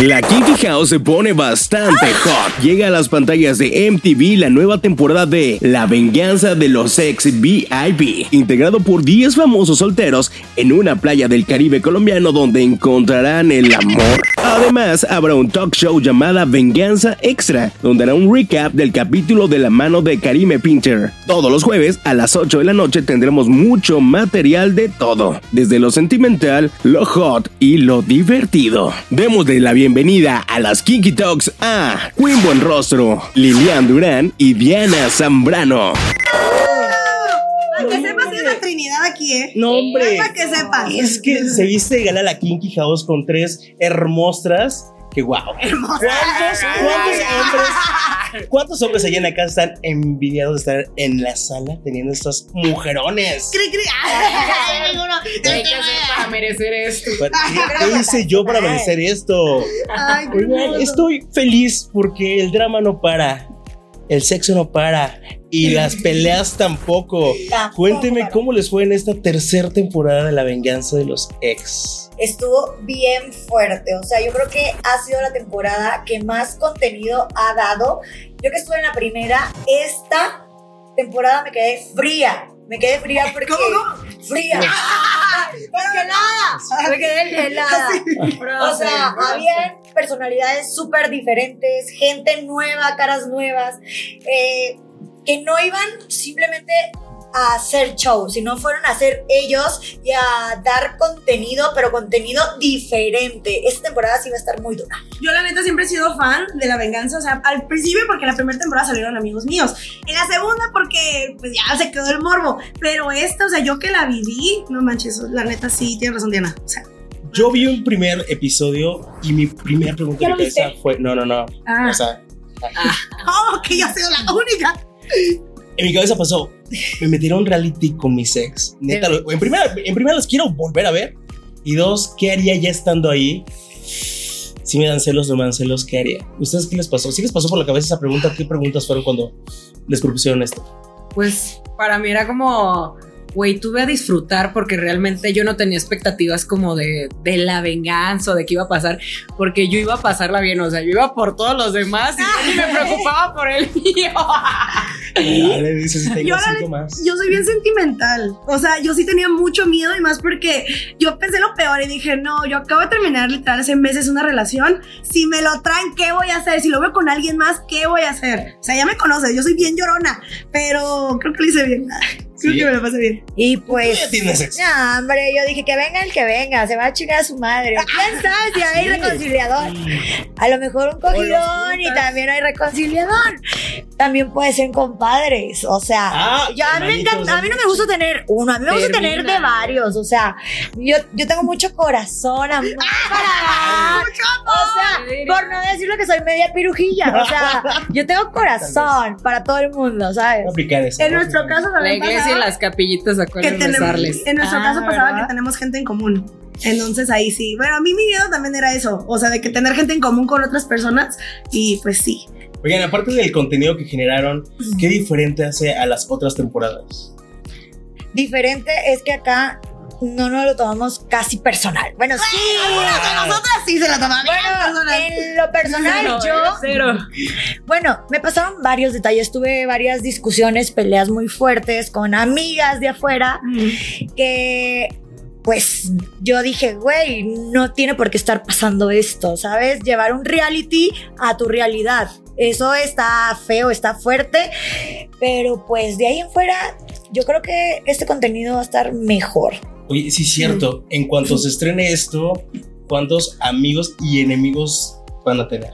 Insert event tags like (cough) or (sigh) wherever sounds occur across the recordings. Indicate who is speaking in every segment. Speaker 1: La Kitty House se pone bastante hot. Llega a las pantallas de MTV la nueva temporada de La venganza de los ex VIP, integrado por 10 famosos solteros en una playa del Caribe colombiano donde encontrarán el amor. Además, habrá un talk show llamada Venganza Extra, donde hará un recap del capítulo de la mano de Karime Pinter. Todos los jueves a las 8 de la noche tendremos mucho material de todo, desde lo sentimental, lo hot y lo divertido. Démosle la bienvenida a las Kinky Talks a Queen Buen Rostro, Lilian Durán y Diana Zambrano.
Speaker 2: Para que sepas que es la Trinidad aquí, ¿eh?
Speaker 3: No, hombre.
Speaker 2: Para que sepas.
Speaker 3: Es que se viste de gala la Kinky House con tres hermostras. Que guau.
Speaker 2: Hermosa.
Speaker 3: ¿Cuántos, cuántos hombres, ¿Cuántos hombres allá en la casa están envidiados de estar en la sala teniendo estos mujerones?
Speaker 2: Cri, cri. Ay, ninguno.
Speaker 4: ¿Qué hay que hacer para merecer esto?
Speaker 3: ¿Qué qué hice yo para merecer esto?
Speaker 2: Ay, qué hermoso.
Speaker 3: Oigan, estoy feliz porque el drama no para, el sexo no para y las peleas tampoco.
Speaker 5: Tampoco,
Speaker 3: Cuénteme
Speaker 5: claro.
Speaker 3: cómo les fue en esta tercera temporada de La Venganza de los Ex.
Speaker 5: Estuvo bien fuerte. O sea, yo creo que ha sido la temporada que más contenido ha dado. Yo que estuve en la primera, esta temporada me quedé fría. Me quedé fría porque.
Speaker 2: ¿Cómo?
Speaker 5: Fría. Pero helada. Me quedé (laughs) helada. (laughs)
Speaker 3: Ah,
Speaker 5: O sea, había personalidades súper diferentes, gente nueva, caras nuevas, eh, que no iban simplemente a hacer show, sino fueron a hacer ellos y a dar contenido, pero contenido diferente. Esta temporada sí va a estar muy dura.
Speaker 2: Yo la neta siempre he sido fan de la venganza, o sea, al principio porque en la primera temporada salieron amigos míos, en la segunda porque pues ya se quedó el morbo, pero esta, o sea, yo que la viví, no manches, la neta sí, tienes razón Diana, o sea,
Speaker 3: Yo vi un primer episodio y mi primera pregunta
Speaker 5: ¿Ya
Speaker 3: en
Speaker 5: lo
Speaker 3: mi cabeza fue, no, no, no,
Speaker 2: ah,
Speaker 3: o sea,
Speaker 2: (laughs) oh, que yo soy la única.
Speaker 3: en mi cabeza pasó, me metieron reality con mis ex. Neta, lo- en primera, en primera los quiero volver a ver. Y dos, ¿qué haría ya estando ahí? Si me dan celos, no me dan celos, ¿qué haría? ¿Ustedes qué les pasó? ¿Sí les pasó por la cabeza esa pregunta? ¿Qué preguntas fueron cuando les propusieron esto?
Speaker 4: Pues para mí era como, güey, tuve a disfrutar porque realmente yo no tenía expectativas como de, de la venganza o de qué iba a pasar, porque yo iba a pasarla bien, o sea, yo iba por todos los demás y
Speaker 5: (laughs)
Speaker 4: me preocupaba por el mío.
Speaker 3: Dale, dices, tengo
Speaker 2: Yo la-
Speaker 3: cinco más.
Speaker 2: Yo soy bien sentimental. O sea, yo sí tenía mucho miedo y más porque yo pensé lo peor y dije, no, yo acabo de terminar literal hace meses una relación. Si me lo traen, ¿qué voy a hacer? Si lo veo con alguien más, ¿qué voy a hacer? O sea, ya me conoces, yo soy bien llorona, pero creo que lo hice bien. Creo
Speaker 3: Sí.
Speaker 2: que me lo pasé bien.
Speaker 5: Y
Speaker 3: Ya
Speaker 5: pues.
Speaker 3: tienes ex.
Speaker 5: No, hombre, yo dije que venga el que venga, se va a chingar a su
Speaker 3: (laughs)
Speaker 5: madre. ¿Quién sabe si hay reconciliador? A lo mejor un cogidón y
Speaker 2: juntas.
Speaker 5: también hay reconciliador. También puede ser compadres, o sea.
Speaker 3: Ah,
Speaker 5: Yo, a, mí me
Speaker 3: hermanitos,
Speaker 5: encanta- a mí no me gusta tener uno, a mí me gusta
Speaker 4: Termina.
Speaker 5: tener de varios. O sea, yo, yo tengo mucho corazón, (laughs) amor. para dar. O sea, por no decirlo que soy media pirujilla. O (laughs) sea, yo tengo corazón para todo el mundo, ¿sabes?
Speaker 3: voy a aplicar esa.
Speaker 2: En nuestro caso
Speaker 4: La
Speaker 2: también
Speaker 4: iglesia y
Speaker 2: pasaba
Speaker 4: las capillitas,
Speaker 2: que
Speaker 4: acuérdense de
Speaker 2: tenemos,
Speaker 4: rezarles.
Speaker 2: en nuestro
Speaker 5: Ah,
Speaker 2: caso pasaba
Speaker 5: ¿verdad?
Speaker 2: que tenemos gente en común. Entonces ahí sí. Bueno, a mí mi miedo también era eso. O sea, de que tener gente en común con otras personas. Y pues sí.
Speaker 3: Oigan, aparte del contenido que generaron, ¿qué diferente hace a las otras temporadas?
Speaker 5: Diferente es que acá no nos lo tomamos casi personal. Bueno, sí.
Speaker 2: Nosotras sí se la tomamos.
Speaker 5: Bueno, en lo personal,
Speaker 4: Cero,
Speaker 5: yo
Speaker 4: cero.
Speaker 5: Bueno, me pasaron varios detalles, tuve varias discusiones, peleas muy fuertes con amigas de afuera
Speaker 4: Mm.
Speaker 5: que pues yo dije, güey, no tiene por qué estar pasando esto, ¿sabes? Llevar un reality a tu realidad. Eso está feo, está fuerte, pero pues de ahí en fuera yo creo que este contenido va a estar mejor.
Speaker 3: Oye, sí, es cierto. En cuanto se estrene esto, ¿cuántos amigos y enemigos van a tener?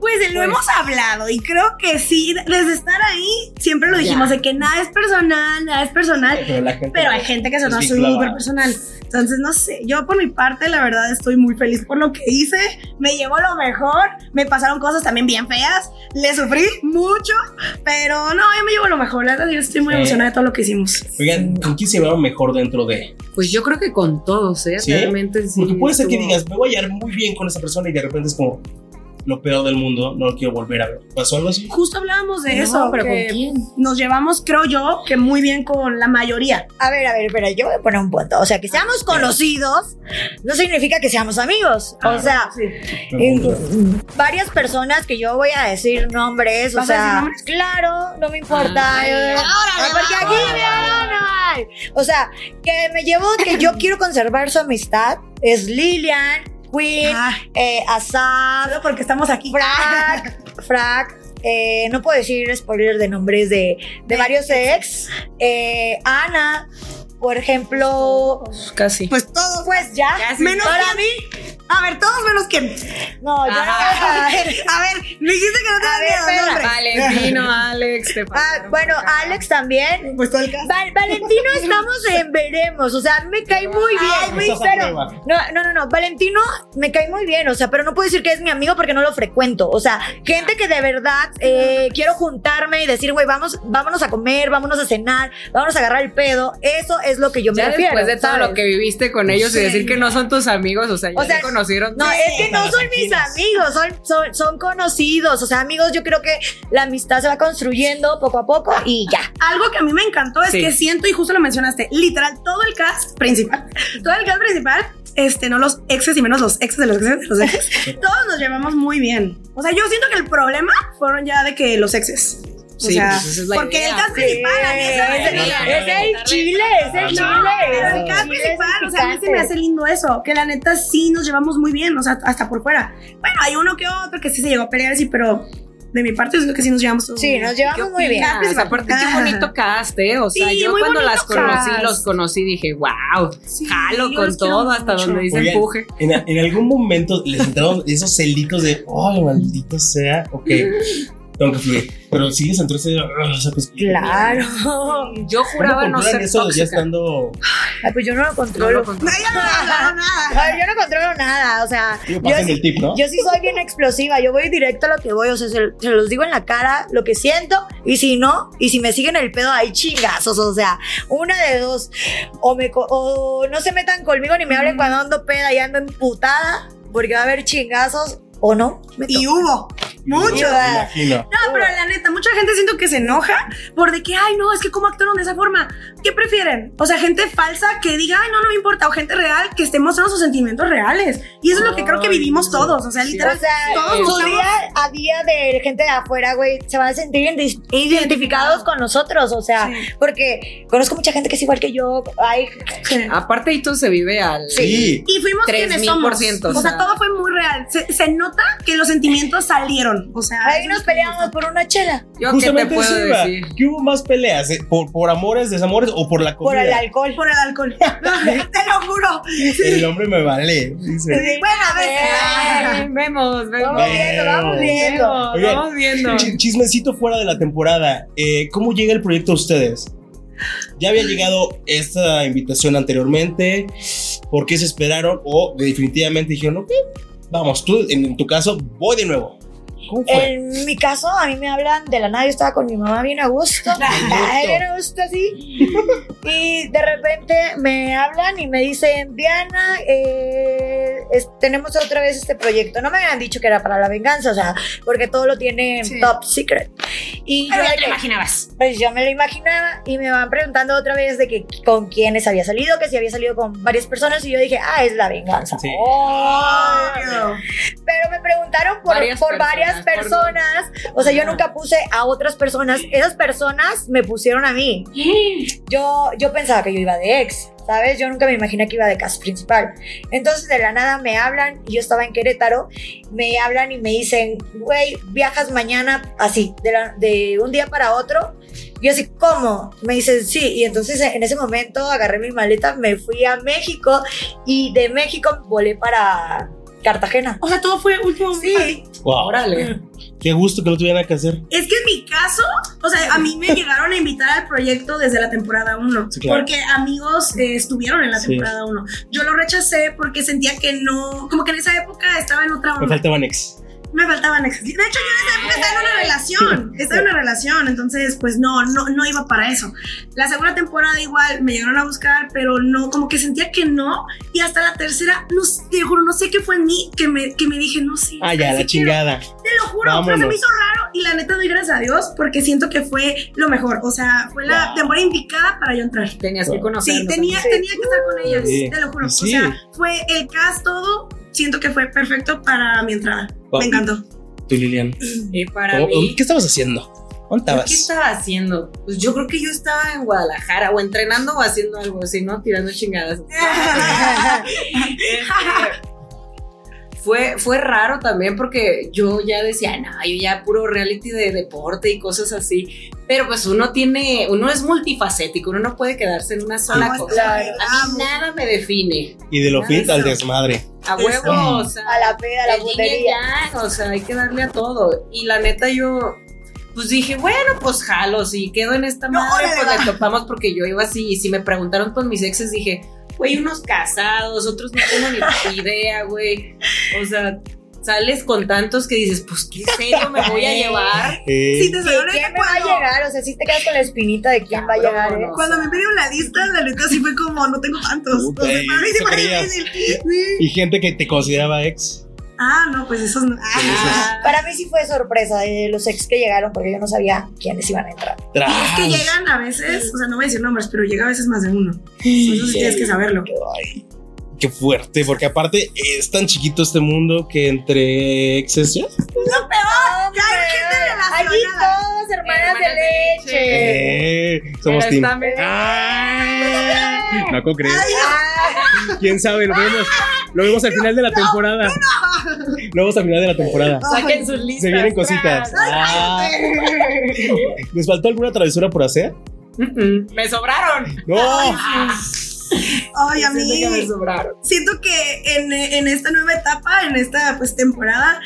Speaker 2: Pues lo
Speaker 4: Pues-
Speaker 2: hemos hablado y creo que sí, desde estar ahí siempre lo dijimos
Speaker 4: Ya.
Speaker 2: de que nada es personal, nada es personal,
Speaker 3: Pero la gente.
Speaker 2: Ah, pero hay gente que se
Speaker 3: Es
Speaker 2: toma
Speaker 3: bien
Speaker 2: súper
Speaker 3: clavada.
Speaker 2: personal. Entonces, no sé, yo por mi parte la verdad estoy muy feliz por lo que hice, me llevó lo mejor, me pasaron cosas también bien feas, le sufrí mucho, pero no, yo me llevo lo mejor, la verdad yo estoy muy
Speaker 3: Sí.
Speaker 2: emocionada de todo lo que hicimos.
Speaker 3: Oigan, ¿con quién se llevaron mejor dentro de?
Speaker 4: Pues yo creo que con todos, ¿eh?
Speaker 3: ¿Sí?
Speaker 4: Realmente sí.
Speaker 3: Porque puede ser que
Speaker 4: estuvo-
Speaker 3: digas, me voy a hallar muy bien con esa persona y de repente es como. lo peor del mundo, no lo quiero volver a ver. ¿Pasó algo así?
Speaker 2: Justo hablábamos de
Speaker 4: No,
Speaker 2: eso,
Speaker 4: pero
Speaker 2: que
Speaker 4: ¿con quién?
Speaker 2: nos llevamos, creo yo, que muy bien con la mayoría.
Speaker 5: A ver, a ver, pero yo voy a poner un punto. O sea, que seamos conocidos no significa que seamos amigos. O
Speaker 4: Ah,
Speaker 5: sea, en- mm, varias personas que yo voy a decir nombres, o
Speaker 2: ¿Vas a decir
Speaker 5: sea,
Speaker 2: nombres?
Speaker 5: claro, no me importa.
Speaker 4: Ay,
Speaker 5: eh,
Speaker 4: órale,
Speaker 5: porque
Speaker 4: va,
Speaker 5: aquí
Speaker 4: va,
Speaker 5: me
Speaker 4: va,
Speaker 5: van a- O sea, que me llevo, que yo quiero conservar su amistad es Lilian, Queen,
Speaker 2: Ah,
Speaker 5: eh, Asaf,
Speaker 2: solo porque estamos aquí.
Speaker 5: Frac, Frac, eh, no puedo decir spoiler de nombres de, de varios ex. Eh, Ana, por ejemplo.
Speaker 4: Casi.
Speaker 5: Pues todo, pues ya.
Speaker 4: Ya sí.
Speaker 5: menos para
Speaker 2: ¿Quién?
Speaker 5: mí.
Speaker 2: A ver, todos menos quién.
Speaker 5: No, yo no.
Speaker 4: Ajá.
Speaker 5: A ver,
Speaker 2: A ver, me dijiste que no
Speaker 5: A
Speaker 2: te
Speaker 5: ver,
Speaker 2: miedo,
Speaker 5: espera.
Speaker 2: nombre. (laughs)
Speaker 4: Valentino, Alex, te
Speaker 5: ah,
Speaker 4: pasaron
Speaker 5: bueno,
Speaker 4: por acá.
Speaker 5: Alex también.
Speaker 2: Pues todo el caso.
Speaker 5: Val-
Speaker 4: (laughs)
Speaker 5: Valentino estamos en veremos, o sea, a mí me cae muy
Speaker 3: Ay,
Speaker 5: bien,
Speaker 3: estás a
Speaker 5: pero
Speaker 3: prueba.
Speaker 5: no, no, no, no, Valentino me cae muy bien, o sea, pero no puedo decir que es mi amigo porque no lo frecuento, o sea, gente que de verdad eh, quiero juntarme y decir, güey, vamos, vámonos a comer, vámonos a cenar, vámonos a agarrar el pedo, eso es lo que yo me
Speaker 4: Ya
Speaker 5: refiero.
Speaker 4: después de todo
Speaker 5: ¿sabes?
Speaker 4: lo que viviste con ellos y
Speaker 2: Sí.
Speaker 4: decir que no son tus amigos, o sea, ya
Speaker 5: O sea,
Speaker 4: se conocieron.
Speaker 5: No, es que no son mis amigos, son, son, son conocidos, o sea, amigos, yo creo que la amistad se va construyendo poco a poco y ya.
Speaker 2: Algo que a mí me encantó es
Speaker 4: Sí.
Speaker 2: que siento, y justo lo mencionaste, literal, todo el cast principal, (laughs) todo el cast principal, este, no los exes y menos los exes de los exes de los (laughs) exes, todos nos llevamos muy bien. O sea, yo siento que el problema fueron ya de que los exes. O
Speaker 4: Sí,
Speaker 2: sea,
Speaker 4: pues esa es la
Speaker 2: porque
Speaker 4: idea.
Speaker 2: el cast principal, a mí esa
Speaker 5: es,
Speaker 2: vez
Speaker 4: sí, sí.
Speaker 5: es el chile, es el chile.
Speaker 2: No, pero el
Speaker 5: el
Speaker 2: cast
Speaker 5: chile es
Speaker 2: principal, o sea, a mí se me
Speaker 5: picante.
Speaker 2: hace lindo eso, que la neta sí nos llevamos muy bien, o sea, hasta por fuera. Bueno, hay uno que otro que sí se llegó a pelear, sí, pero de mi parte yo creo que sí nos llevamos todos
Speaker 5: Sí,
Speaker 2: bien.
Speaker 5: nos llevamos muy bien.
Speaker 4: Ah, pues, aparte, qué bonito cast, ¿eh? O sea,
Speaker 2: Sí,
Speaker 4: yo
Speaker 2: muy
Speaker 4: cuando
Speaker 2: bonito
Speaker 4: las conocí,
Speaker 2: cast.
Speaker 4: los conocí, dije, wow,
Speaker 2: Sí,
Speaker 4: jalo
Speaker 2: yo
Speaker 4: con
Speaker 2: los quiero
Speaker 4: todo hasta
Speaker 2: mucho.
Speaker 4: donde dice
Speaker 3: Oigan,
Speaker 4: empuje.
Speaker 3: En, en algún momento les entraron esos celitos de, oh, maldito sea, ok, tengo que fluir. Pero sí les entró ese, "Ah", esa cosquilla.
Speaker 5: Claro.
Speaker 4: Yo
Speaker 3: ¿Cómo
Speaker 4: juraba no
Speaker 3: controlan
Speaker 4: ser
Speaker 3: eso ya
Speaker 4: tóxica.
Speaker 3: estando.
Speaker 5: Ay, pues yo no lo
Speaker 4: No
Speaker 5: controlo.
Speaker 4: lo controlo.
Speaker 2: No, ya (laughs) no me hablaron nada.
Speaker 5: Ay, yo no controlo nada, o sea,
Speaker 3: Digo,
Speaker 5: yo
Speaker 3: pasen
Speaker 5: sí,
Speaker 3: el tip, ¿no?
Speaker 5: yo sí soy bien explosiva, yo voy directo a lo que voy, o sea, se, se los digo en la cara lo que siento y si no, y si me siguen el pedo, hay chingazos, o sea, una de dos, o, me, co- o no se metan conmigo ni me hablen
Speaker 2: Mm.
Speaker 5: cuando ando peda y ando emputada, porque va a haber chingazos, o no. me
Speaker 2: Y
Speaker 5: toca.
Speaker 2: hubo.
Speaker 3: Me
Speaker 2: Mucho.
Speaker 3: imagino.
Speaker 2: No, pero la neta, mucha gente siento que se enoja por de que, ay, no, es que cómo actuaron de esa forma. ¿Qué prefieren? O sea, gente falsa que diga, ay, no, no me importa, o gente real que esté mostrando sus sentimientos reales. Y eso es lo que creo que
Speaker 4: Ay,
Speaker 2: vivimos
Speaker 4: no.
Speaker 2: todos. O sea,
Speaker 4: Sí.
Speaker 2: literal,
Speaker 5: O sea,
Speaker 2: todos
Speaker 5: su
Speaker 2: buscamos-
Speaker 5: día a día de gente de afuera, güey, se van a sentir indi- identificados con nosotros, o sea,
Speaker 2: Sí.
Speaker 5: porque conozco mucha gente que es igual que yo, hay
Speaker 4: Aparte, esto se vive al.
Speaker 3: Sí.
Speaker 2: Y fuimos quienes somos.
Speaker 4: 3000%,
Speaker 2: o
Speaker 4: o
Speaker 2: sea,
Speaker 4: sea.
Speaker 2: todo fue muy real. Se, se nota que los sentimientos salieron. O sea,
Speaker 5: Ahí
Speaker 2: eso
Speaker 5: nos
Speaker 2: es lo que me gusta.
Speaker 5: peleábamos por una chela,
Speaker 4: Yo qué te
Speaker 3: Justamente
Speaker 4: puedo
Speaker 3: eso iba.
Speaker 4: decir.
Speaker 3: ¿Qué hubo más peleas? eh? ¿Por, por amores, desamores o por la
Speaker 5: por
Speaker 3: comida?
Speaker 5: el alcohol.
Speaker 2: por el alcohol. (laughs) Te lo juro.
Speaker 3: El hombre me vale. dice.
Speaker 2: Bueno, a ver.
Speaker 4: Ay, Vemos, vemos.
Speaker 5: Vamos viendo, vamos viendo.
Speaker 4: Vemos,
Speaker 3: Oigan,
Speaker 4: Vamos viendo.
Speaker 3: Ch- Chismecito fuera de la temporada. eh, ¿Cómo llega el proyecto a ustedes? ¿Ya había llegado esta invitación anteriormente? ¿Por qué se esperaron? ¿O definitivamente dijeron, ok, vamos, tú, en, en tu caso, voy de nuevo? ¿Cómo
Speaker 2: Eh,
Speaker 3: fue?
Speaker 5: En mi caso, a mí me hablan de la nada. Yo estaba con mi mamá bien a gusto. Ay, bien a gusto, así. Y de repente me hablan y me dicen, Diana, eh, es- tenemos otra vez este proyecto. No me habían dicho que era para la venganza, o sea, porque todo lo tienen
Speaker 2: Sí.
Speaker 5: top secret. Y yo, de que-
Speaker 4: imaginabas.
Speaker 5: pues yo me lo imaginaba y me van preguntando otra vez de que con quiénes había salido, que si había salido con varias personas. Y yo dije, ah, es la venganza.
Speaker 3: Sí.
Speaker 5: Obvio. Pero me preguntaron por
Speaker 4: Varias
Speaker 5: varias,
Speaker 4: personas, por-
Speaker 5: por varias personas. O sea, yo
Speaker 4: Ah.
Speaker 5: nunca puse a otras personas. Esas personas me pusieron a mí. Yo, yo pensaba que yo iba de ex, ¿sabes? Yo nunca me imaginé que iba de casa principal. Entonces, de la nada me hablan. y Yo estaba en Querétaro. Me hablan y me dicen, güey, viajas mañana así, de, la- de un día para otro. Yo así, ¿cómo? Me dicen, sí. Y entonces en ese momento agarré mi maleta, me fui a México y de México volé para Cartagena.
Speaker 2: O sea, todo fue último.
Speaker 5: Sí,
Speaker 3: Wow,
Speaker 4: Órale.
Speaker 3: Qué gusto que no tuviera nada que hacer.
Speaker 2: Es que en mi caso, o sea, a mí me llegaron a invitar al proyecto desde la temporada 1,
Speaker 3: Sí, claro.
Speaker 2: porque amigos eh, estuvieron en la
Speaker 3: Sí.
Speaker 2: temporada 1. Yo lo rechacé porque sentía que no, como que en esa época estaba en otra
Speaker 3: Me
Speaker 2: onda.
Speaker 3: faltaban ex.
Speaker 2: me faltaban exes. De hecho, yo en esa época estaba en una relación. Estaba en una relación, entonces, pues no, no, no iba para eso. La segunda temporada igual me llegaron a buscar, pero no, como que sentía que no. Y hasta la tercera, no, sé, te juro, no sé qué fue en mí que me, que me dije, no sé.
Speaker 3: Ah, ya,
Speaker 2: así quiero.
Speaker 3: la chingada.
Speaker 2: Te lo juro, pero se
Speaker 3: Vámonos.
Speaker 2: me hizo raro y la neta doy gracias a Dios porque siento que fue lo mejor. O sea, fue la
Speaker 3: Wow.
Speaker 2: temporada indicada para yo entrar.
Speaker 4: Tenías que conocerlos.
Speaker 2: Sí, tenía, este
Speaker 4: amiga.
Speaker 2: tenía que estar con ellas,
Speaker 3: Sí.
Speaker 2: te lo juro.
Speaker 3: Sí.
Speaker 2: O sea, fue el cast, todo. Siento que fue perfecto para mi entrada.
Speaker 3: Wow.
Speaker 2: Me encantó.
Speaker 3: Tú, Lilian.
Speaker 4: Y para
Speaker 3: ¿Cómo-
Speaker 4: mí,
Speaker 3: ¿Qué estabas haciendo? ¿Dónde
Speaker 4: ¿Qué
Speaker 3: estabas?
Speaker 4: estaba haciendo? Pues yo creo que yo estaba en Guadalajara o entrenando o haciendo algo así, ¿no? Tirando chingadas.
Speaker 2: (laughs)
Speaker 4: Este, fue, fue raro también porque yo ya decía, no, yo ya puro reality de deporte y cosas así. Pero pues uno tiene, uno es multifacético, uno no puede quedarse en una sola
Speaker 2: Vamos,
Speaker 4: cosa. A
Speaker 2: vamos.
Speaker 4: mí nada me define.
Speaker 3: Y de lo fit
Speaker 4: Eso.
Speaker 3: al desmadre.
Speaker 4: A huevo,
Speaker 3: Eso.
Speaker 4: o sea.
Speaker 5: A la peda, a la
Speaker 4: El yin y el
Speaker 5: botería.
Speaker 4: yang, o sea, hay que darle a todo. Y la neta, yo, pues dije, bueno, pues jalo, si quedo en esta
Speaker 2: No,
Speaker 4: madre,
Speaker 2: órale,
Speaker 4: pues le topamos porque yo iba así. Y si me preguntaron con mis exes, dije, güey, unos casados, otros no tengo ni idea, güey. O sea, sales con tantos que dices, pues qué serio me voy a
Speaker 2: (laughs)
Speaker 4: llevar.
Speaker 3: Eh,
Speaker 2: Sí, te
Speaker 5: Sí,
Speaker 2: soy honesta,
Speaker 5: ¿Quién me va a
Speaker 2: cuando,
Speaker 5: llegar? O sea, si te quedas con la espinita de quién va a
Speaker 4: Cabrón,
Speaker 5: llegar. ¿eh?
Speaker 4: no.
Speaker 2: cuando me pidieron la lista, la neta sí fue como, no tengo tantos.
Speaker 3: Puta,
Speaker 2: Entonces, para mí sí
Speaker 3: ¿qué
Speaker 2: fue
Speaker 3: creías?
Speaker 2: difícil. Sí.
Speaker 3: Y gente que te consideraba ex.
Speaker 2: Ah, no, pues esos no. Ah.
Speaker 4: Ah,
Speaker 5: Para mí sí fue sorpresa de los ex que llegaron porque yo no sabía quiénes iban a entrar.
Speaker 3: Tras.
Speaker 2: Es que llegan a veces, o sea, no voy a decir nombres, pero llega a veces más de uno. Eso sí tienes que saberlo.
Speaker 3: Ay, qué fuerte, porque aparte eh, es tan chiquito este mundo que entre exes ya.
Speaker 2: Ya hay gente relacionada.
Speaker 5: Allí todos hermanas
Speaker 4: Hermanas
Speaker 5: de
Speaker 4: de leche.
Speaker 5: leche.
Speaker 3: Eh, somos
Speaker 4: pero
Speaker 3: team.
Speaker 4: está medio-
Speaker 3: (laughs) Ay, no puedo creer.
Speaker 2: (laughs)
Speaker 5: Ah,
Speaker 3: Quién sabe, lo vemos, lo vemos al final de la temporada. Lo vemos al final de la temporada.
Speaker 4: Saquen sus listas.
Speaker 3: Se vienen cositas.
Speaker 4: tras.
Speaker 3: Ah. ¿Les faltó alguna travesura por hacer?
Speaker 4: Mm, mm, Me sobraron.
Speaker 3: No.
Speaker 2: Ay, a
Speaker 4: Siento que me
Speaker 2: mí.
Speaker 4: sobraron.
Speaker 2: Siento que en, en esta nueva etapa, en esta pues temporada,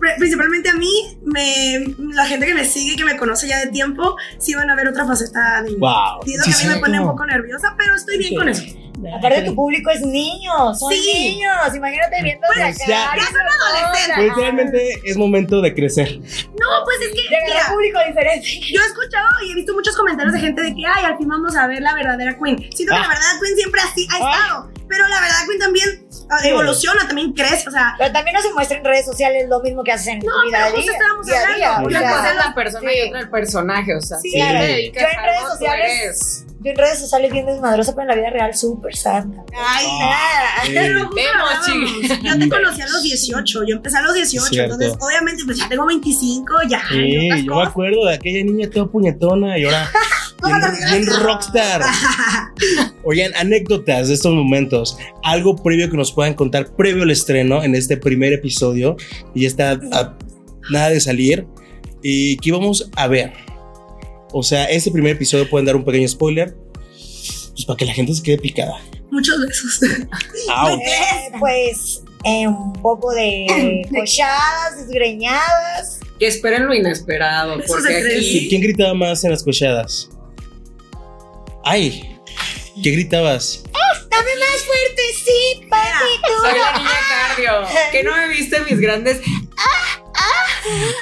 Speaker 2: pri- principalmente a mí, me, la gente que me sigue y que me conoce ya de tiempo, sí van a ver otra faceta de mí.
Speaker 3: Wow.
Speaker 2: Digo que a mí me pone un poco nerviosa, pero estoy bien con eso.
Speaker 4: Eh.
Speaker 5: Aparte tu público es niño, son
Speaker 2: Sí.
Speaker 5: niños, imagínate viendo de
Speaker 3: Pues
Speaker 5: acá.
Speaker 3: ya- Ya
Speaker 5: son adolescentes.
Speaker 3: Pues realmente es momento de crecer.
Speaker 2: No, pues es que,
Speaker 5: Llegará
Speaker 2: mira,
Speaker 5: público diferente.
Speaker 2: yo he escuchado y he visto muchos comentarios de gente de que, ay, al fin vamos a ver la verdadera Queen. Siento que
Speaker 3: Ah.
Speaker 2: la verdadera Queen siempre así ha
Speaker 3: Ah.
Speaker 2: estado, pero la verdadera Queen también ah,
Speaker 3: Sí.
Speaker 2: evoluciona, también crece, o sea,
Speaker 5: Pero también no se muestra en redes sociales lo mismo que hacen en
Speaker 2: No,
Speaker 5: tu vida
Speaker 2: pero
Speaker 5: de
Speaker 2: justo
Speaker 5: día-
Speaker 2: estábamos
Speaker 5: día a día,
Speaker 2: hablando,
Speaker 5: o
Speaker 4: Una
Speaker 5: sea,
Speaker 4: cosa es la persona
Speaker 5: sí.
Speaker 4: y otra el personaje, o sea.
Speaker 2: Sí.
Speaker 4: si tú te dedicas
Speaker 5: Yo en
Speaker 4: a
Speaker 5: redes
Speaker 4: algo, tú
Speaker 5: sociales-
Speaker 4: eres-
Speaker 5: Yo en redes sociales bien desmadrosa, pero en la vida real súper santa.
Speaker 2: ay,
Speaker 5: Ah,
Speaker 3: Sí.
Speaker 2: Te lo juro,
Speaker 4: Vemos,
Speaker 2: hablábamos.
Speaker 4: chicos.
Speaker 2: Yo te conocí a los 18, yo empecé a los 18,
Speaker 3: Cierto.
Speaker 2: entonces obviamente pues ya tengo 25, ya.
Speaker 3: Sí,
Speaker 2: hay otras
Speaker 3: yo me
Speaker 2: cosas.
Speaker 3: acuerdo de aquella niña toda puñetona y (laughs) ahora bien, bien (laughs) rockstar. Oigan, anécdotas de estos momentos. Algo previo que nos puedan contar previo al estreno en este primer episodio. Y ya está a nada de salir. ¿Y qué íbamos a ver? O sea, este primer episodio pueden dar un pequeño spoiler. Pues para que la gente se quede picada.
Speaker 2: Muchos besos.
Speaker 3: ¡Au!
Speaker 5: eh, pues eh, un poco
Speaker 2: (coughs)
Speaker 5: de cochadas, desgreñadas.
Speaker 4: Que esperen lo inesperado,
Speaker 2: Eso
Speaker 4: porque
Speaker 2: se cree,
Speaker 4: aquí
Speaker 2: sí.
Speaker 3: ¿Quién gritaba más en las cochadas? ¡Ay! ¿Qué gritabas?
Speaker 5: Dame más fuerte, sí, papi, tú.
Speaker 4: soy la niña cardio. Que no me viste mis grandes.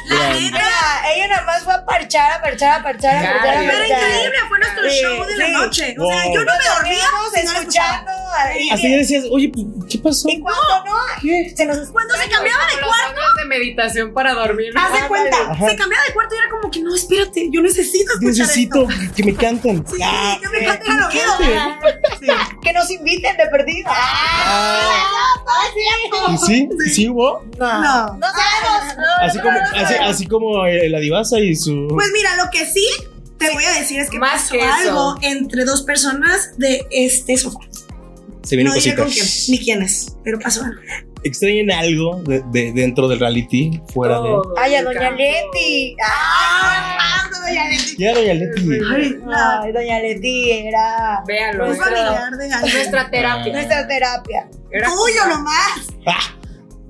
Speaker 3: Gran-
Speaker 5: Mira, ella nada más fue a parchar, a parchar, a parchar, a parchar, a
Speaker 4: Claro.
Speaker 2: Pero
Speaker 5: parchar.
Speaker 2: increíble, fue nuestro
Speaker 5: Sí,
Speaker 2: show de la
Speaker 5: sí.
Speaker 2: noche. O sea,
Speaker 3: Wow.
Speaker 2: yo no me dormía
Speaker 5: Estábamos
Speaker 2: si no la escuchaba.
Speaker 5: escuchando. a- Y,
Speaker 3: Hasta ya decías, oye, pues, ¿qué pasó?
Speaker 5: y cuando no, se nos
Speaker 2: Cuando se cambiaba de
Speaker 4: Como los
Speaker 2: cuarto,
Speaker 4: audios de meditación para dormir.
Speaker 2: haz de cuenta,
Speaker 3: Ajá.
Speaker 2: se cambiaba de cuarto y era como que no, espérate, yo necesito escuchar
Speaker 3: Necesito
Speaker 2: esto.
Speaker 3: que me canten.
Speaker 2: Sí,
Speaker 3: Ah,
Speaker 2: que me canten al oído.
Speaker 5: que nos inviten de perdida.
Speaker 3: ¿Y sí? ¿Y sí hubo?
Speaker 2: No.
Speaker 5: No sabemos. no,
Speaker 3: Así
Speaker 5: no
Speaker 3: como,
Speaker 5: sabemos.
Speaker 3: así, así como eh, la divasa y su...
Speaker 2: Pues mira, lo que sí te voy a decir es que
Speaker 4: Más
Speaker 2: pasó
Speaker 4: que eso.
Speaker 2: algo entre dos personas de este sofá.
Speaker 3: se vienen
Speaker 2: No diré con quién,
Speaker 3: cositas.
Speaker 2: ni quién es, pero pasó algo.
Speaker 3: ¿Extrañen algo de, de- dentro del reality? Fuera
Speaker 4: Todo,
Speaker 5: Ay, a
Speaker 4: me
Speaker 5: Doña
Speaker 4: encantó.
Speaker 5: Leti. Ay,
Speaker 3: de... Ya, Doña Leti.
Speaker 2: Ay, la-
Speaker 5: Ay, Doña Leti era
Speaker 4: Véanlo.
Speaker 2: un
Speaker 4: Nuestra,
Speaker 2: familiar de alguien.
Speaker 4: nuestra terapia.
Speaker 5: nuestra terapia.
Speaker 4: Era-
Speaker 2: Tuyo nomás.
Speaker 3: Ah,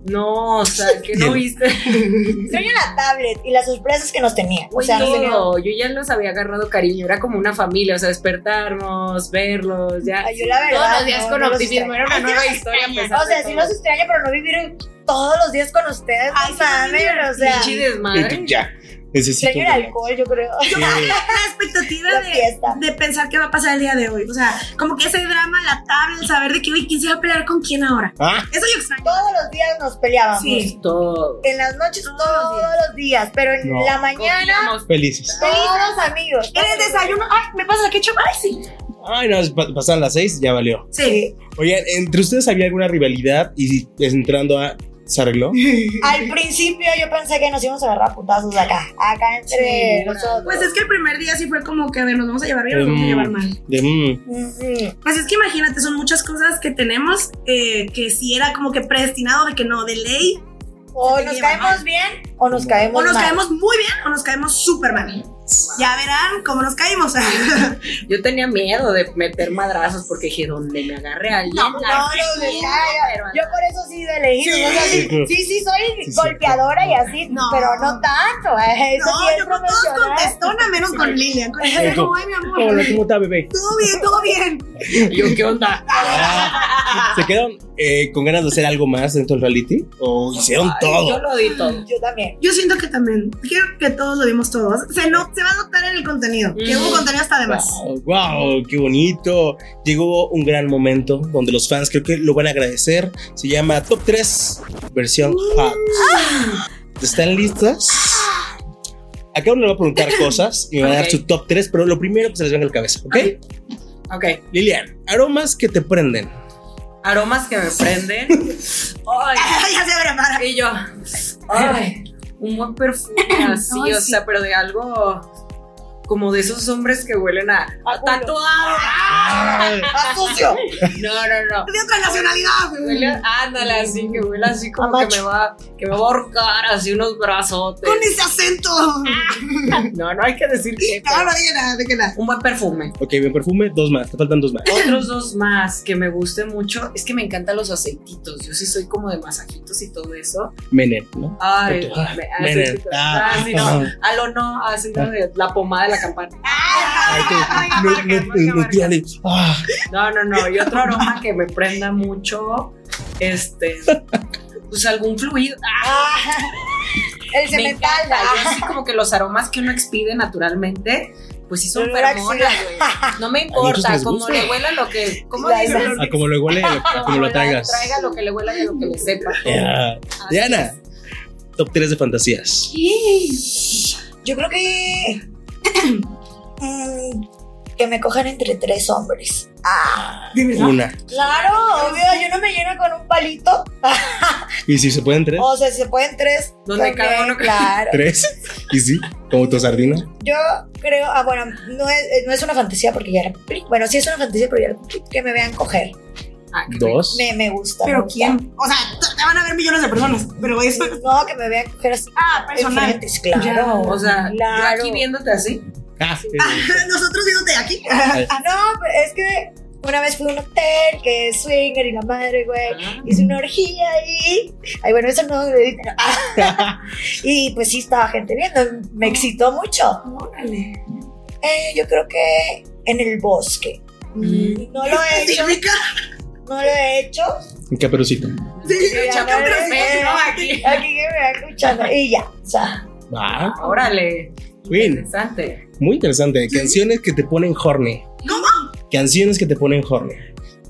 Speaker 4: No, o sea, que no
Speaker 3: Bien.
Speaker 4: viste.
Speaker 5: (laughs) Extraño la tablet y las sorpresas que nos tenía. O
Speaker 4: Güey,
Speaker 5: sea, nos
Speaker 4: todo.
Speaker 5: tenía.
Speaker 4: Yo ya los había agarrado cariño. Era como una familia, o sea, despertarnos, verlos, ya.
Speaker 5: Ay, yo la verdad.
Speaker 4: Todos los días
Speaker 5: no,
Speaker 4: con
Speaker 5: no los
Speaker 4: optimismo.
Speaker 5: extraño.
Speaker 4: Era una nueva historia. a pesar
Speaker 5: O sea,
Speaker 4: de
Speaker 5: sí
Speaker 4: todo.
Speaker 5: los extraño, pero no vivir todos los días con ustedes.
Speaker 2: Ay,
Speaker 5: no
Speaker 2: sí,
Speaker 5: mamen,
Speaker 2: también
Speaker 5: o sea,
Speaker 4: Pinche desmadre.
Speaker 3: Ya. Necesito.
Speaker 5: extraño el
Speaker 3: un relax.
Speaker 5: alcohol, yo creo. (laughs)
Speaker 3: Sí.
Speaker 2: La expectativa
Speaker 5: La
Speaker 2: de,
Speaker 5: fiesta.
Speaker 2: de pensar qué va a pasar el día de hoy. O sea, como que ese drama, la tabla, el saber de que, uy, quién se va a pelear con quién ahora.
Speaker 3: Ah,
Speaker 2: Eso yo extraño.
Speaker 5: Todos los días nos peleábamos.
Speaker 2: Sí.
Speaker 4: Todo.
Speaker 5: En las noches
Speaker 2: Todos
Speaker 5: todos,
Speaker 2: los días.
Speaker 5: los días, pero en
Speaker 3: No.
Speaker 5: la mañana
Speaker 4: Comíamos.
Speaker 3: felices.
Speaker 5: todos amigos.
Speaker 2: En el desayuno, ay, me pasa la ketchup, ay, sí.
Speaker 3: Ay, no, pa- pasaron las seis, ya valió.
Speaker 2: Sí.
Speaker 3: Oye, ¿entre ustedes había alguna rivalidad? Y entrando a. ¿Se arregló?
Speaker 5: Al principio yo pensé que nos íbamos a agarrar a putazos acá, acá
Speaker 4: Sí,
Speaker 5: entre nosotros.
Speaker 2: Pues es que el primer día sí fue como que, a ver, nos vamos a llevar bien, nos vamos a
Speaker 3: Mm.
Speaker 2: llevar mal.
Speaker 3: De, mm,
Speaker 5: Ujú.
Speaker 2: Pues es que imagínate, son muchas cosas que tenemos eh, que si era como que predestinado de que no, de ley,
Speaker 5: O
Speaker 2: Se
Speaker 5: nos
Speaker 2: lleva
Speaker 5: caemos bien o nos caemos
Speaker 2: o nos
Speaker 5: mal.
Speaker 2: caemos muy bien o nos caemos súper mal. Ya verán cómo nos caímos. (laughs)
Speaker 4: Yo tenía miedo de meter madrazos porque dije, donde me agarre a alguien.
Speaker 5: No, no,
Speaker 4: la
Speaker 5: no,
Speaker 4: requiero, pero
Speaker 5: yo por eso sí de elegido. o sea, Sí, sí, sí, soy
Speaker 3: Sí, sí.
Speaker 5: golpeadora y así,
Speaker 2: No.
Speaker 5: pero no tanto. (laughs) eh, Eso sí
Speaker 2: no,
Speaker 5: es
Speaker 2: yo con todos
Speaker 5: profesional.
Speaker 2: contestona, menos con Lilian. Con ella, como, ay, mi
Speaker 3: ¿Cómo,
Speaker 2: amor.
Speaker 3: lo- cómo está, bebé?
Speaker 2: Todo bien, todo bien.
Speaker 4: Y yo, ¿qué onda?
Speaker 3: Ah, ¿Se quedaron eh, con ganas de hacer algo más dentro del reality? ¿O hicieron
Speaker 4: Ay, Yo
Speaker 3: todo?
Speaker 4: lo di todo.
Speaker 5: Yo también.
Speaker 2: Yo siento que también, creo que todos lo vimos todos. Se, no, se va a notar en el contenido, que
Speaker 4: Mm.
Speaker 2: hubo contenido hasta de más.
Speaker 3: Wow, wow, qué bonito. Llegó un gran momento donde los fans creo que lo van a agradecer. Se llama Top 3 versión
Speaker 4: Uh.
Speaker 3: Hot.
Speaker 4: Ah.
Speaker 3: ¿Están listas? A cada uno le voy a
Speaker 4: (coughs)
Speaker 3: preguntar cosas y me van a dar
Speaker 4: Ok.
Speaker 3: su top 3, pero lo primero que se les venga a la cabeza, ¿ok?
Speaker 4: Ok.
Speaker 3: Lilian, aromas que te prenden.
Speaker 4: Aromas que me prenden. Ay.
Speaker 2: (laughs) ya se prepara.
Speaker 4: Y yo. Ay. Un buen perfume así,
Speaker 2: Ay,
Speaker 4: o
Speaker 2: sí.
Speaker 4: sea, pero de algo. Como de esos hombres que huelen a, a
Speaker 5: culo.
Speaker 4: tatuado.
Speaker 5: ¡Ah, sucio!
Speaker 4: No, no, no.
Speaker 2: De otra nacionalidad.
Speaker 4: Huele, a- ándale, así que huele así como
Speaker 5: A
Speaker 4: que me
Speaker 5: macho.
Speaker 4: va, que me va a ahorcar así unos brazotes.
Speaker 2: Con ese acento. Ah,
Speaker 4: No, no hay que decir que.
Speaker 2: No, no dije nada, dije nada.
Speaker 4: Un buen perfume.
Speaker 3: Ok, bien perfume, dos más, te faltan dos más.
Speaker 4: Otros dos más que me gusten mucho es que me encantan los aceititos. Yo sí soy como de masajitos y todo eso.
Speaker 3: Menem, ¿no?
Speaker 4: Ay,
Speaker 3: Porque, ah, (laughs)
Speaker 4: me-
Speaker 3: miren,
Speaker 4: aceititos.
Speaker 3: ah,
Speaker 4: Ah, sí,
Speaker 3: ah.
Speaker 4: no. Aló, no, así no, de la pomada de la campana.
Speaker 3: Ay, que-
Speaker 4: marca,
Speaker 3: no- no-
Speaker 4: marca,
Speaker 3: no
Speaker 4: marca.
Speaker 3: tiene- ah.
Speaker 4: No, no, no. Y otro aroma que me prenda mucho, este, pues algún fluido. Ah,
Speaker 5: Ah, (laughs)
Speaker 4: me
Speaker 5: el cemental.
Speaker 4: encanta. Yo así como que los aromas que uno expide naturalmente, pues sí son
Speaker 5: Olor a
Speaker 4: feromonas.
Speaker 5: axila.
Speaker 4: güey. No
Speaker 3: (laughs)
Speaker 4: me importa,
Speaker 3: les
Speaker 4: como
Speaker 3: gusta.
Speaker 4: le huela lo que, ¿cómo
Speaker 5: La
Speaker 4: dices?
Speaker 5: idea.
Speaker 3: A Ah, como lo huele, a como lo
Speaker 4: la
Speaker 3: traigas. Eh,
Speaker 4: Traiga lo que le huela y lo que le sepa.
Speaker 3: Ya.
Speaker 4: Así
Speaker 3: Diana, top 3 de fantasías.
Speaker 5: Yo creo que. (clears throat) mm, que me cojan entre tres hombres. Ah,
Speaker 3: Una.
Speaker 5: claro, obvio, yo no me lleno con un palito.
Speaker 3: ¿Y si se pueden tres?
Speaker 5: O sea, si se pueden tres.
Speaker 4: Donde
Speaker 5: también,
Speaker 4: cada uno-
Speaker 3: (laughs)
Speaker 5: Claro.
Speaker 3: ¿Tres? ¿Y sí? ¿Como tu sardina?
Speaker 5: Yo creo. Ah, bueno, no es, eh, no es una fantasía porque ya la cumplí. Bueno, sí es una fantasía, pero ya la cumplí. Que me vean coger.
Speaker 4: Ah, qué rico.
Speaker 3: ¿Dos?
Speaker 5: Me, me gusta. me
Speaker 2: Pero
Speaker 5: gusta.
Speaker 2: quién? O sea, t- te van a ver millones de personas, pero eso
Speaker 5: No, que me vean coger así.
Speaker 2: (laughs) Ah, personal.
Speaker 5: Enfrente, claro.
Speaker 4: O sea,
Speaker 5: claro.
Speaker 4: yo aquí viéndote así.
Speaker 3: Ah,
Speaker 2: Nosotros viéndote aquí.
Speaker 5: Ah, no, pero es que una vez fui a un hotel que es swinger y la madre, güey. Hice una orgía ahí. Ay, bueno, eso no. y pues sí estaba gente viendo. Me excitó mucho.
Speaker 2: (laughs) Órale.
Speaker 5: Eh, yo creo que en el bosque.
Speaker 4: Mm.
Speaker 5: No lo he hecho.
Speaker 2: ¿Significa?
Speaker 5: No lo he hecho.
Speaker 3: ¿En qué perucito?
Speaker 2: Sí.
Speaker 4: Yo
Speaker 5: Ya
Speaker 4: chapeo
Speaker 5: no
Speaker 4: tres
Speaker 5: he-
Speaker 4: veces, ¿no? Aquí.
Speaker 5: Aquí que me va escuchando. Y ya. O sea,
Speaker 3: Ah,
Speaker 4: Órale.
Speaker 3: Win.
Speaker 4: Interesante.
Speaker 3: muy interesante. Canciones que te ponen horny.
Speaker 2: ¿Cómo?
Speaker 3: Canciones que te ponen horny.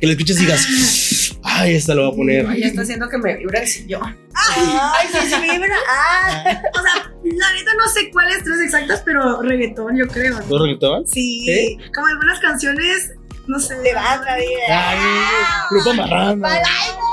Speaker 3: Que la escuches y digas, ay, esta lo voy a poner.
Speaker 4: Ay, ya está haciendo que me vibra el sillón.
Speaker 5: ay, sí, sí, vibra. Ah,
Speaker 2: O sea, la neta no sé cuáles tres exactas, pero reggaetón, yo creo. ¿no?
Speaker 3: ¿Dos reggaetón?
Speaker 2: Sí.
Speaker 3: ¿Eh?
Speaker 2: Como algunas canciones, no sé.
Speaker 5: te vas la vida.
Speaker 3: Ay, grupo marrano.
Speaker 5: Ay, no.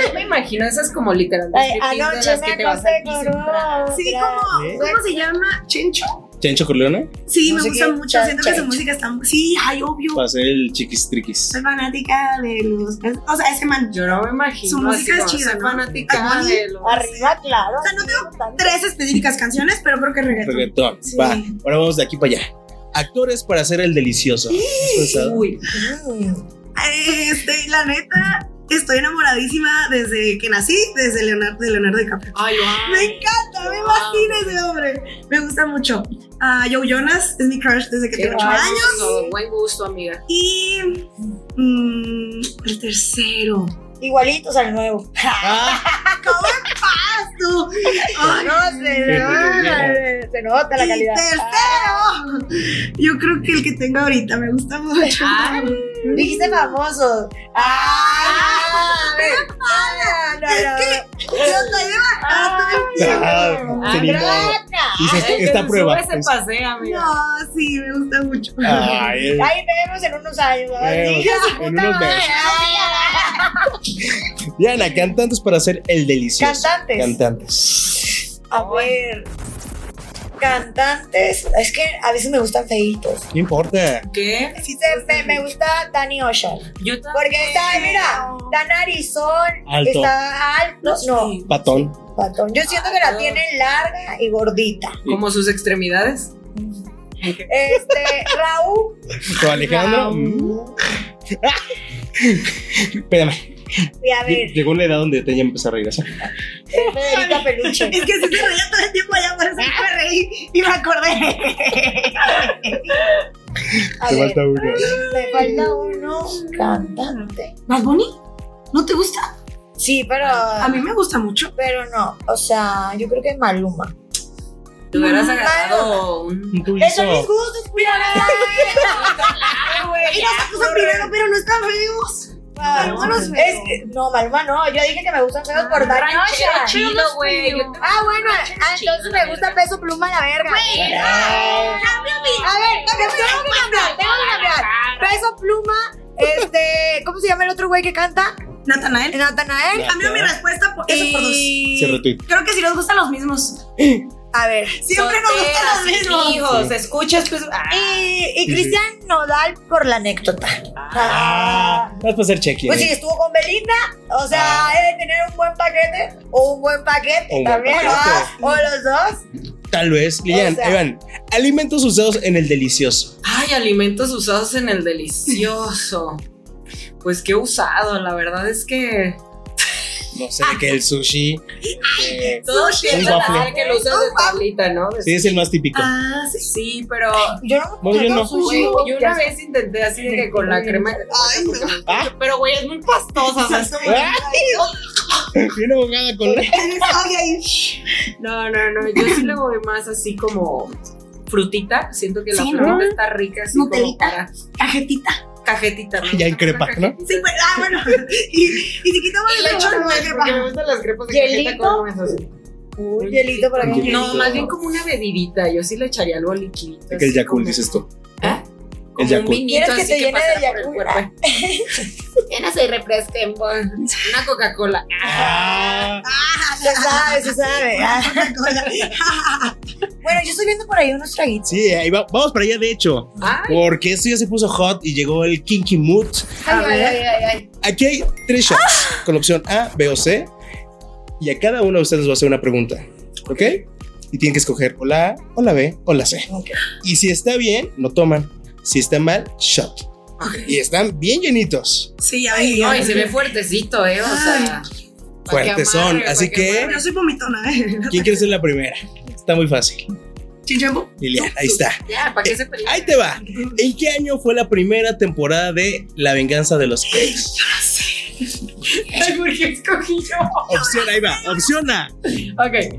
Speaker 4: Yo me imagino esas como literalmente
Speaker 5: Ay,
Speaker 4: striptease de
Speaker 5: anoche
Speaker 4: las que
Speaker 5: me
Speaker 4: te vas
Speaker 5: acosté
Speaker 4: aquí
Speaker 5: con
Speaker 4: sin tra-
Speaker 5: una.
Speaker 2: Sí,
Speaker 5: otra.
Speaker 2: como,
Speaker 3: ¿Eh?
Speaker 2: ¿cómo se llama? ¿Chencho?
Speaker 3: ¿Chencho Corleone?
Speaker 2: Sí, me
Speaker 5: Música
Speaker 2: gusta mucho.
Speaker 5: chan-
Speaker 2: Siento que su
Speaker 5: chancho.
Speaker 2: música está. Sí, ay, obvio.
Speaker 3: Para hacer el chiquis triquis.
Speaker 2: Soy fanática de los. O sea, ese man.
Speaker 4: Yo no me imagino.
Speaker 2: Su música
Speaker 4: así
Speaker 2: es
Speaker 4: como
Speaker 2: chida,
Speaker 4: soy
Speaker 2: ¿no?
Speaker 4: fanática
Speaker 2: Ay,
Speaker 4: de los.
Speaker 5: Arriba, claro.
Speaker 2: O sea, no tengo tres específicas canciones, pero creo que reggaetón.
Speaker 3: Este Reggaetón.
Speaker 2: Sí.
Speaker 3: Va. Ahora vamos de aquí para allá. Actores para hacer el delicioso. ¿Has pensado?
Speaker 4: Uy,
Speaker 5: Mm.
Speaker 2: Este, la neta, estoy enamoradísima desde que nací, desde Leonardo, de Leonardo DiCaprio.
Speaker 4: ay, lo amo.
Speaker 2: Me encanta, me fascina ese hombre. Me gusta mucho. Ah, Joe Jonas es mi crush desde que
Speaker 4: Qué
Speaker 2: tengo 8
Speaker 4: buen
Speaker 2: años.
Speaker 4: gusto, Buen gusto, amiga.
Speaker 2: Y. mm, el tercero.
Speaker 5: igualitos al nuevo.
Speaker 3: Ah,
Speaker 2: tú. Ay,
Speaker 5: No, se, nota, se nota la
Speaker 2: y
Speaker 5: calidad.
Speaker 2: tercero. Yo creo que el que tengo ahorita me gusta mucho.
Speaker 5: Dijiste famoso. Ah, (laughs) no, no, no. Ah,
Speaker 2: Yo estoy de bajada.
Speaker 3: ah, se animó.
Speaker 5: Grata.
Speaker 3: Dice, esta,
Speaker 4: Ay,
Speaker 3: esta
Speaker 4: que
Speaker 3: prueba. pues.
Speaker 4: sube, se
Speaker 3: es-
Speaker 4: pasea, mira.
Speaker 2: No, sí, me gusta mucho.
Speaker 3: Ay, es-
Speaker 5: Ahí vemos en unos años.
Speaker 3: Vemos,
Speaker 5: Diga su
Speaker 3: en
Speaker 5: puta
Speaker 3: unos
Speaker 5: madre.
Speaker 3: meses.
Speaker 5: Ay, ay,
Speaker 3: Diana, cantantes para hacer el delicioso.
Speaker 5: Cantantes.
Speaker 3: Cantantes.
Speaker 5: ay. A ver. Cantantes. Es que a veces me gustan feitos.
Speaker 3: No importa.
Speaker 4: ¿Qué?
Speaker 5: Sí, se- me, me gusta Danny Ocean.
Speaker 4: Yo también.
Speaker 5: Porque está, mira, está narizón,
Speaker 3: Alto.
Speaker 5: está alto. No,
Speaker 4: Sí.
Speaker 3: Patón.
Speaker 5: patón. Yo siento que la
Speaker 4: Alto.
Speaker 5: tiene larga y gordita.
Speaker 4: Como sus extremidades.
Speaker 5: Este, Raúl.
Speaker 3: Con Alejandro. mm.
Speaker 5: Raúl.
Speaker 3: (laughs) Espérame.
Speaker 5: Y a
Speaker 3: lle-
Speaker 5: ver,
Speaker 3: Llegó una edad donde tenía que empezar a regresar.
Speaker 5: Federica Peluche.
Speaker 2: Es que sí se reía todo el tiempo allá, por eso me reí y me acordé.
Speaker 5: A
Speaker 3: Te
Speaker 5: ver,
Speaker 3: falta uno.
Speaker 5: me falta uno cantante.
Speaker 2: ¿Más Bunny? ¿No te gusta?
Speaker 5: Sí, pero.
Speaker 2: A mí me gusta mucho.
Speaker 5: Pero no, o sea, yo creo que Maluma.
Speaker 4: Te hubieras agarrado un.
Speaker 3: Tú
Speaker 5: Eso
Speaker 3: hizo-
Speaker 5: mis gustos, cuidado.
Speaker 2: Y nos acusan primero, Pues pero no están feos.
Speaker 5: Maluma no Ah, es que- No, Maluma no. Yo dije que me gustan feos por dar
Speaker 4: ranchero chido, güey. Yo te-
Speaker 5: Ah, bueno, ah, entonces me gusta peso pluma la verga.
Speaker 3: Ah,
Speaker 5: A ver, tengo que tengo que cambiar, tengo que cambiar. Peso pluma, este, ¿cómo se llama el otro güey que canta?
Speaker 2: Natanael.
Speaker 5: Natanael.
Speaker 2: Cambio mi respuesta por eso por dos.
Speaker 3: Se
Speaker 5: Y...
Speaker 3: retuit.
Speaker 2: Creo que sí nos gustan los mismos.
Speaker 5: A ver.
Speaker 2: Siempre nos
Speaker 4: Solteras,
Speaker 2: gustan los mismos.
Speaker 4: sin Hijos, escuchas, pues.
Speaker 5: Y, y Cristian Nodal por la anécdota.
Speaker 3: Ah,
Speaker 5: Ah.
Speaker 3: vas a hacer check-in.
Speaker 5: Pues sí, estuvo con Belinda. O sea,
Speaker 3: Ah.
Speaker 5: he de tener un buen paquete o un buen paquete
Speaker 3: Un buen
Speaker 5: también.
Speaker 3: paquete.
Speaker 5: ¿verdad? O los dos.
Speaker 3: Tal vez. Lilian,
Speaker 5: O sea-
Speaker 3: Iván, alimentos usados en el delicioso.
Speaker 4: Ay, alimentos usados en el delicioso. Pues qué usado, la verdad es que.
Speaker 3: No sé, que el sushi. eh,
Speaker 4: Todo tiende a
Speaker 3: waffle.
Speaker 4: ser que lo usas de tablita, ¿no? De-
Speaker 3: sí, es el más típico.
Speaker 2: Ah, sí.
Speaker 4: Sí, pero
Speaker 5: Yo no
Speaker 3: No, yo no.
Speaker 4: güey,
Speaker 5: sushi.
Speaker 4: yo una vez intenté así de que con la crema. de
Speaker 2: Ay, no.
Speaker 4: cacahuate,
Speaker 3: Ah.
Speaker 4: Pero güey, es muy pastosa. o
Speaker 3: (laughs)
Speaker 4: (laughs) sea, es como-
Speaker 3: Ah, Bien abogada con la.
Speaker 2: Eres sabia y-
Speaker 4: No, no, no. Yo sí le voy más así como frutita. Siento que la
Speaker 2: Sí, ¿no?
Speaker 4: frutita está rica, así como
Speaker 2: Nutelita.
Speaker 4: para
Speaker 2: Cajetita.
Speaker 4: cajetita. ¿no?
Speaker 3: (laughs) Ya en crepa, ¿no?
Speaker 2: Sí, pues, ah, bueno. Y, y si quitamos
Speaker 4: Y
Speaker 2: el
Speaker 4: le echo
Speaker 2: lechón,
Speaker 4: nuez, porque me gustan las crepas de cajeta
Speaker 5: ¿Hielito?
Speaker 4: con nuez, así.
Speaker 5: Un hielito por aquí.
Speaker 4: No,
Speaker 3: Hielito.
Speaker 4: más bien como una bebidita. Yo sí le echaría algo liquidito.
Speaker 3: Que el
Speaker 4: así
Speaker 3: Yakul,
Speaker 4: como-
Speaker 3: dices tú.
Speaker 4: ¿Ah?
Speaker 3: El
Speaker 4: Como un
Speaker 3: Yakul.
Speaker 4: vinito
Speaker 5: ¿Quieres que
Speaker 4: así
Speaker 5: te llene
Speaker 4: pasara por
Speaker 5: de
Speaker 4: el
Speaker 5: Yakult?
Speaker 4: cuerpo. Llenas y (laughs) refresquen. pues. Una Coca-Cola.
Speaker 3: Ah,
Speaker 5: Se sabe,
Speaker 4: (laughs)
Speaker 5: se sabe. Ah. Bueno, yo estoy viendo por ahí unos traguitos.
Speaker 3: sí, ahí va- vamos para allá, de hecho.
Speaker 4: Ay,
Speaker 3: Porque esto ya se puso hot y llegó el Kinky Mood.
Speaker 5: Ay, ay, ay, ay, ay.
Speaker 3: Aquí hay tres shots con opción A, B o C. Y a cada uno de ustedes les va a hacer una pregunta. ¿Ok? Y tienen que escoger o la A, o la B, o la C.
Speaker 5: Ok.
Speaker 3: Y si está bien, no toman. Si está mal, shot. Y están bien llenitos.
Speaker 2: Sí, ya vi.
Speaker 4: no, y se ve fuertecito, ¿eh? O sea. pa' que
Speaker 3: Fuertes son,
Speaker 4: amarre,
Speaker 3: así
Speaker 4: pa'
Speaker 3: que-
Speaker 4: amarre.
Speaker 2: Yo soy vomitona, ¿eh?
Speaker 3: ¿Quién quiere ser la primera? Está muy fácil.
Speaker 2: ¿Chinchembo?
Speaker 3: Lilian, ahí está.
Speaker 4: Ya, ¿para Ah, qué se pelea?
Speaker 3: Ahí te va. ¿En qué año fue la primera temporada de La venganza de los ex?
Speaker 4: Ay, ¿por qué escogí yo?
Speaker 3: Opción, ahí va. Opción A,
Speaker 4: Ok.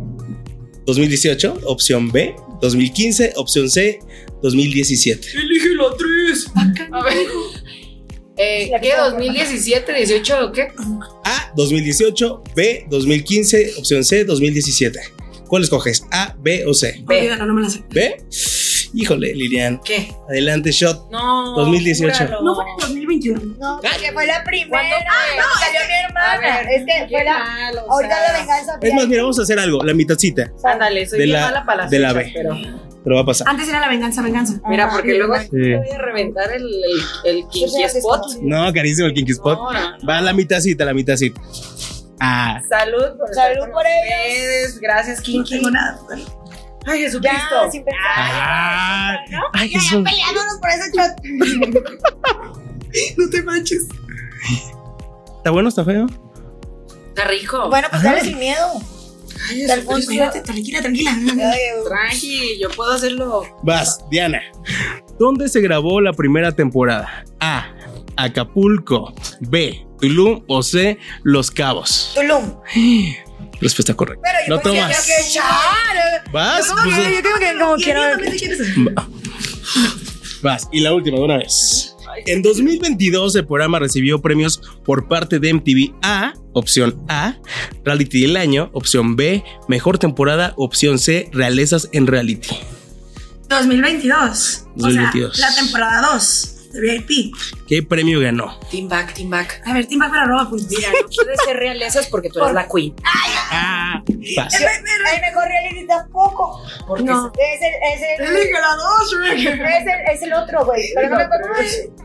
Speaker 3: 2018. Opción B, 2015. Opción C, 2017.
Speaker 4: Elige la actriz. A ver. Eh, ¿Qué? ¿2017, 18 o qué?
Speaker 3: A, 2018. B, 2015. Opción C, 2017. ¿Cuál escoges? ¿A, B o C?
Speaker 4: Ve.
Speaker 2: Olvídalo, no me la sé.
Speaker 3: ¿B? Híjole, Lilian.
Speaker 4: ¿Qué?
Speaker 3: Adelante, shot.
Speaker 4: No.
Speaker 3: 2018.
Speaker 4: júralo.
Speaker 2: No fue en el 2021.
Speaker 5: No, porque fue la primera. Ah,
Speaker 4: ¿Cuándo fue?
Speaker 5: no, salió mi
Speaker 4: A
Speaker 5: hermana.
Speaker 4: ver,
Speaker 5: es que
Speaker 4: qué
Speaker 5: fue la.
Speaker 4: mal, o
Speaker 5: Ahorita
Speaker 4: sea.
Speaker 5: la venganza.
Speaker 3: Es más, mira, vamos a hacer algo. La mitadcita.
Speaker 4: Ándale, soy
Speaker 3: De
Speaker 4: bien
Speaker 3: la-
Speaker 4: mala para las
Speaker 3: de la
Speaker 4: fechas,
Speaker 3: B.
Speaker 4: pero-
Speaker 3: Te lo va a pasar.
Speaker 2: Antes era la venganza, venganza.
Speaker 4: Mira, porque luego
Speaker 5: Sí.
Speaker 4: te voy a reventar el, el, el kinky spot.
Speaker 3: No, carísimo el Kinky Spot.
Speaker 4: No, no.
Speaker 3: Va la mitadcita, la mitadcita. Ah.
Speaker 4: Salud por estar
Speaker 5: Salud
Speaker 4: con
Speaker 5: por ellos.
Speaker 4: ustedes. Gracias,
Speaker 2: No
Speaker 4: Kinky.
Speaker 2: tengo nada.
Speaker 4: Ay,
Speaker 5: Ya,
Speaker 4: Jesucristo.
Speaker 5: sin pensar.
Speaker 3: Ah. Ay,
Speaker 5: Ya,
Speaker 3: Jesús.
Speaker 5: peleándonos por ese shot.
Speaker 2: (laughs) No te manches.
Speaker 3: ¿Está bueno? ¿Está feo?
Speaker 4: Está rico.
Speaker 5: Bueno, pues dale sin miedo.
Speaker 4: Ay,
Speaker 5: Tal Alfonso.
Speaker 2: Espérate, tranquila, tranquila.
Speaker 4: Tranqui, yo puedo hacerlo.
Speaker 3: Vas, Diana. ¿Dónde se grabó la primera temporada? A. Acapulco. B. Tulum o C, Los Cabos.
Speaker 5: Tulum.
Speaker 3: Respuesta correcta.
Speaker 5: Pero yo
Speaker 3: no
Speaker 5: como que
Speaker 3: tomas.
Speaker 5: quiero que echar.
Speaker 3: Vas,
Speaker 5: Yo como
Speaker 3: pues,
Speaker 5: que, yo como que como
Speaker 2: Y a mí
Speaker 5: quiero.
Speaker 2: también te quieres-
Speaker 3: Vas. Y la última, de una vez. En 2022 el programa recibió premios por parte de MTV A, opción A, Reality del Año, opción B, Mejor Temporada, opción C, Realezas en Reality.
Speaker 2: 2022. O
Speaker 3: 2022.
Speaker 2: sea, la temporada 2 de VIP.
Speaker 3: ¿Qué premio ganó?
Speaker 4: Team back, team back.
Speaker 2: A ver, Tim va para pues. roba puntos.
Speaker 4: Mira, no puedes ser realezas porque tú eres la queen.
Speaker 3: Ah, vas.
Speaker 5: El mejor reality tampoco.
Speaker 4: Porque
Speaker 2: No.
Speaker 5: Es el, es el,
Speaker 2: Elige la 2, Rick.
Speaker 5: es el, es el otro, güey. Pero no me acuerdo.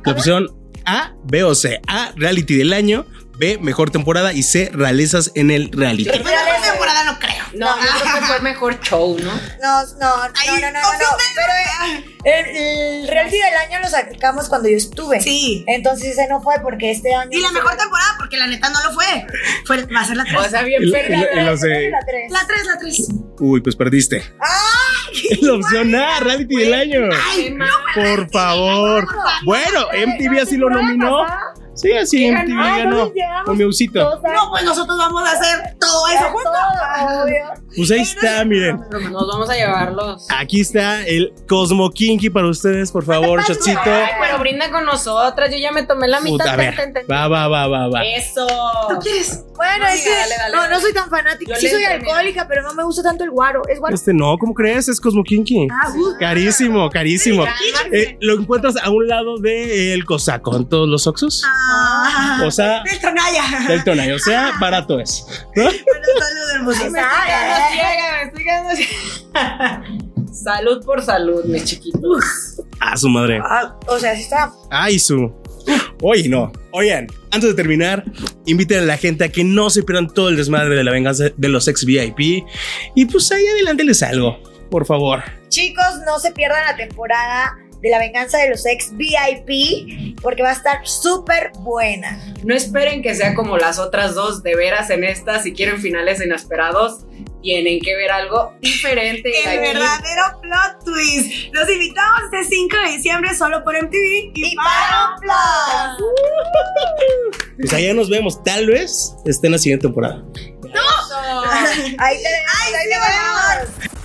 Speaker 3: La opción A, B o C. A, Reality del Año, B, Mejor Temporada y C, Realezas en el Reality.
Speaker 2: Pero la temporada no creo.
Speaker 4: No, yo creo que fue el mejor show, ¿no?
Speaker 5: No, no, no, no, no, no, no. Pero el, el reality del año lo sacamos cuando yo estuve.
Speaker 2: eh, Sí.
Speaker 5: Entonces ese no fue porque este año.
Speaker 2: Y la mejor temporada, porque la neta no lo fue. Fue- va a ser la 3.
Speaker 4: O sea, bien
Speaker 3: El-
Speaker 4: perdida.
Speaker 3: el-
Speaker 5: La
Speaker 3: lo sé.
Speaker 5: tres.
Speaker 2: La 3, la 3.
Speaker 3: Uy, pues perdiste. (laughs) La opción A, Reality del Año.
Speaker 4: Qué mal.
Speaker 3: Por favor. Bueno, MTV así lo nominó. Sí, así MTV
Speaker 5: Ah,
Speaker 3: ganó.
Speaker 5: entonces llevamos
Speaker 3: Con mi usito.
Speaker 5: Dos años.
Speaker 2: No, pues nosotros vamos a hacer todo eso
Speaker 5: Todo,
Speaker 2: juntos.
Speaker 5: obvio.
Speaker 3: Pues ahí está, miren.
Speaker 4: Nos vamos a llevarlos.
Speaker 3: Aquí está el Cosmo Kinky para ustedes, por favor, chocito.
Speaker 4: Ay, pero brinda con nosotras. Yo ya me tomé la mitad. Eh,
Speaker 3: Puta, a
Speaker 4: ten, ten,
Speaker 3: ver.
Speaker 4: ten.
Speaker 3: Va, va, va, va, va.
Speaker 4: Eso.
Speaker 2: ¿Tú quieres?
Speaker 5: Bueno,
Speaker 4: No,
Speaker 5: es que
Speaker 4: diga, dale, dale,
Speaker 5: no,
Speaker 4: dale.
Speaker 5: no soy tan fanática.
Speaker 4: Yo
Speaker 5: Sí
Speaker 4: le
Speaker 5: soy
Speaker 4: entro, mira.
Speaker 5: alcohólica, pero no me gusta tanto el guaro. Es guaro.
Speaker 3: Este no, ¿cómo crees? Es Cosmo Kinky.
Speaker 2: Ah, uh,
Speaker 3: Carísimo, carísimo.
Speaker 4: Sí,
Speaker 3: Eh, lo encuentras a un lado del Cosaco, en todos los Oxos.
Speaker 2: ah,
Speaker 3: O sea,
Speaker 2: Del Tonaya.
Speaker 3: del Tonay. O sea, barato es.
Speaker 2: Bueno, saludos, hermosos.
Speaker 5: Ah,
Speaker 4: quedando
Speaker 5: eh.
Speaker 4: ciega, me estoy quedando ciega. (laughs) Salud por salud, mis chiquitos.
Speaker 3: A su madre.
Speaker 5: Ah, o sea, sí está.
Speaker 3: Ay, su. Oye, no. Oigan, antes de terminar, inviten a la gente a que no se pierdan todo el desmadre de la venganza de los ex VIP. Y pues ahí adelante les algo, por favor.
Speaker 5: Chicos, no se pierdan la temporada de la venganza de los ex VIP porque va a estar súper buena.
Speaker 4: No esperen que sea como las otras dos, de veras en esta, si quieren finales inesperados, tienen que ver algo diferente.
Speaker 2: El
Speaker 4: Aquí
Speaker 2: verdadero plot twist. Los invitamos este 5 de diciembre solo por MTV y,
Speaker 5: Y para un plus.
Speaker 3: Pues allá nos vemos. Tal vez esté en la siguiente temporada.
Speaker 5: Ahí te, ahí te vemos.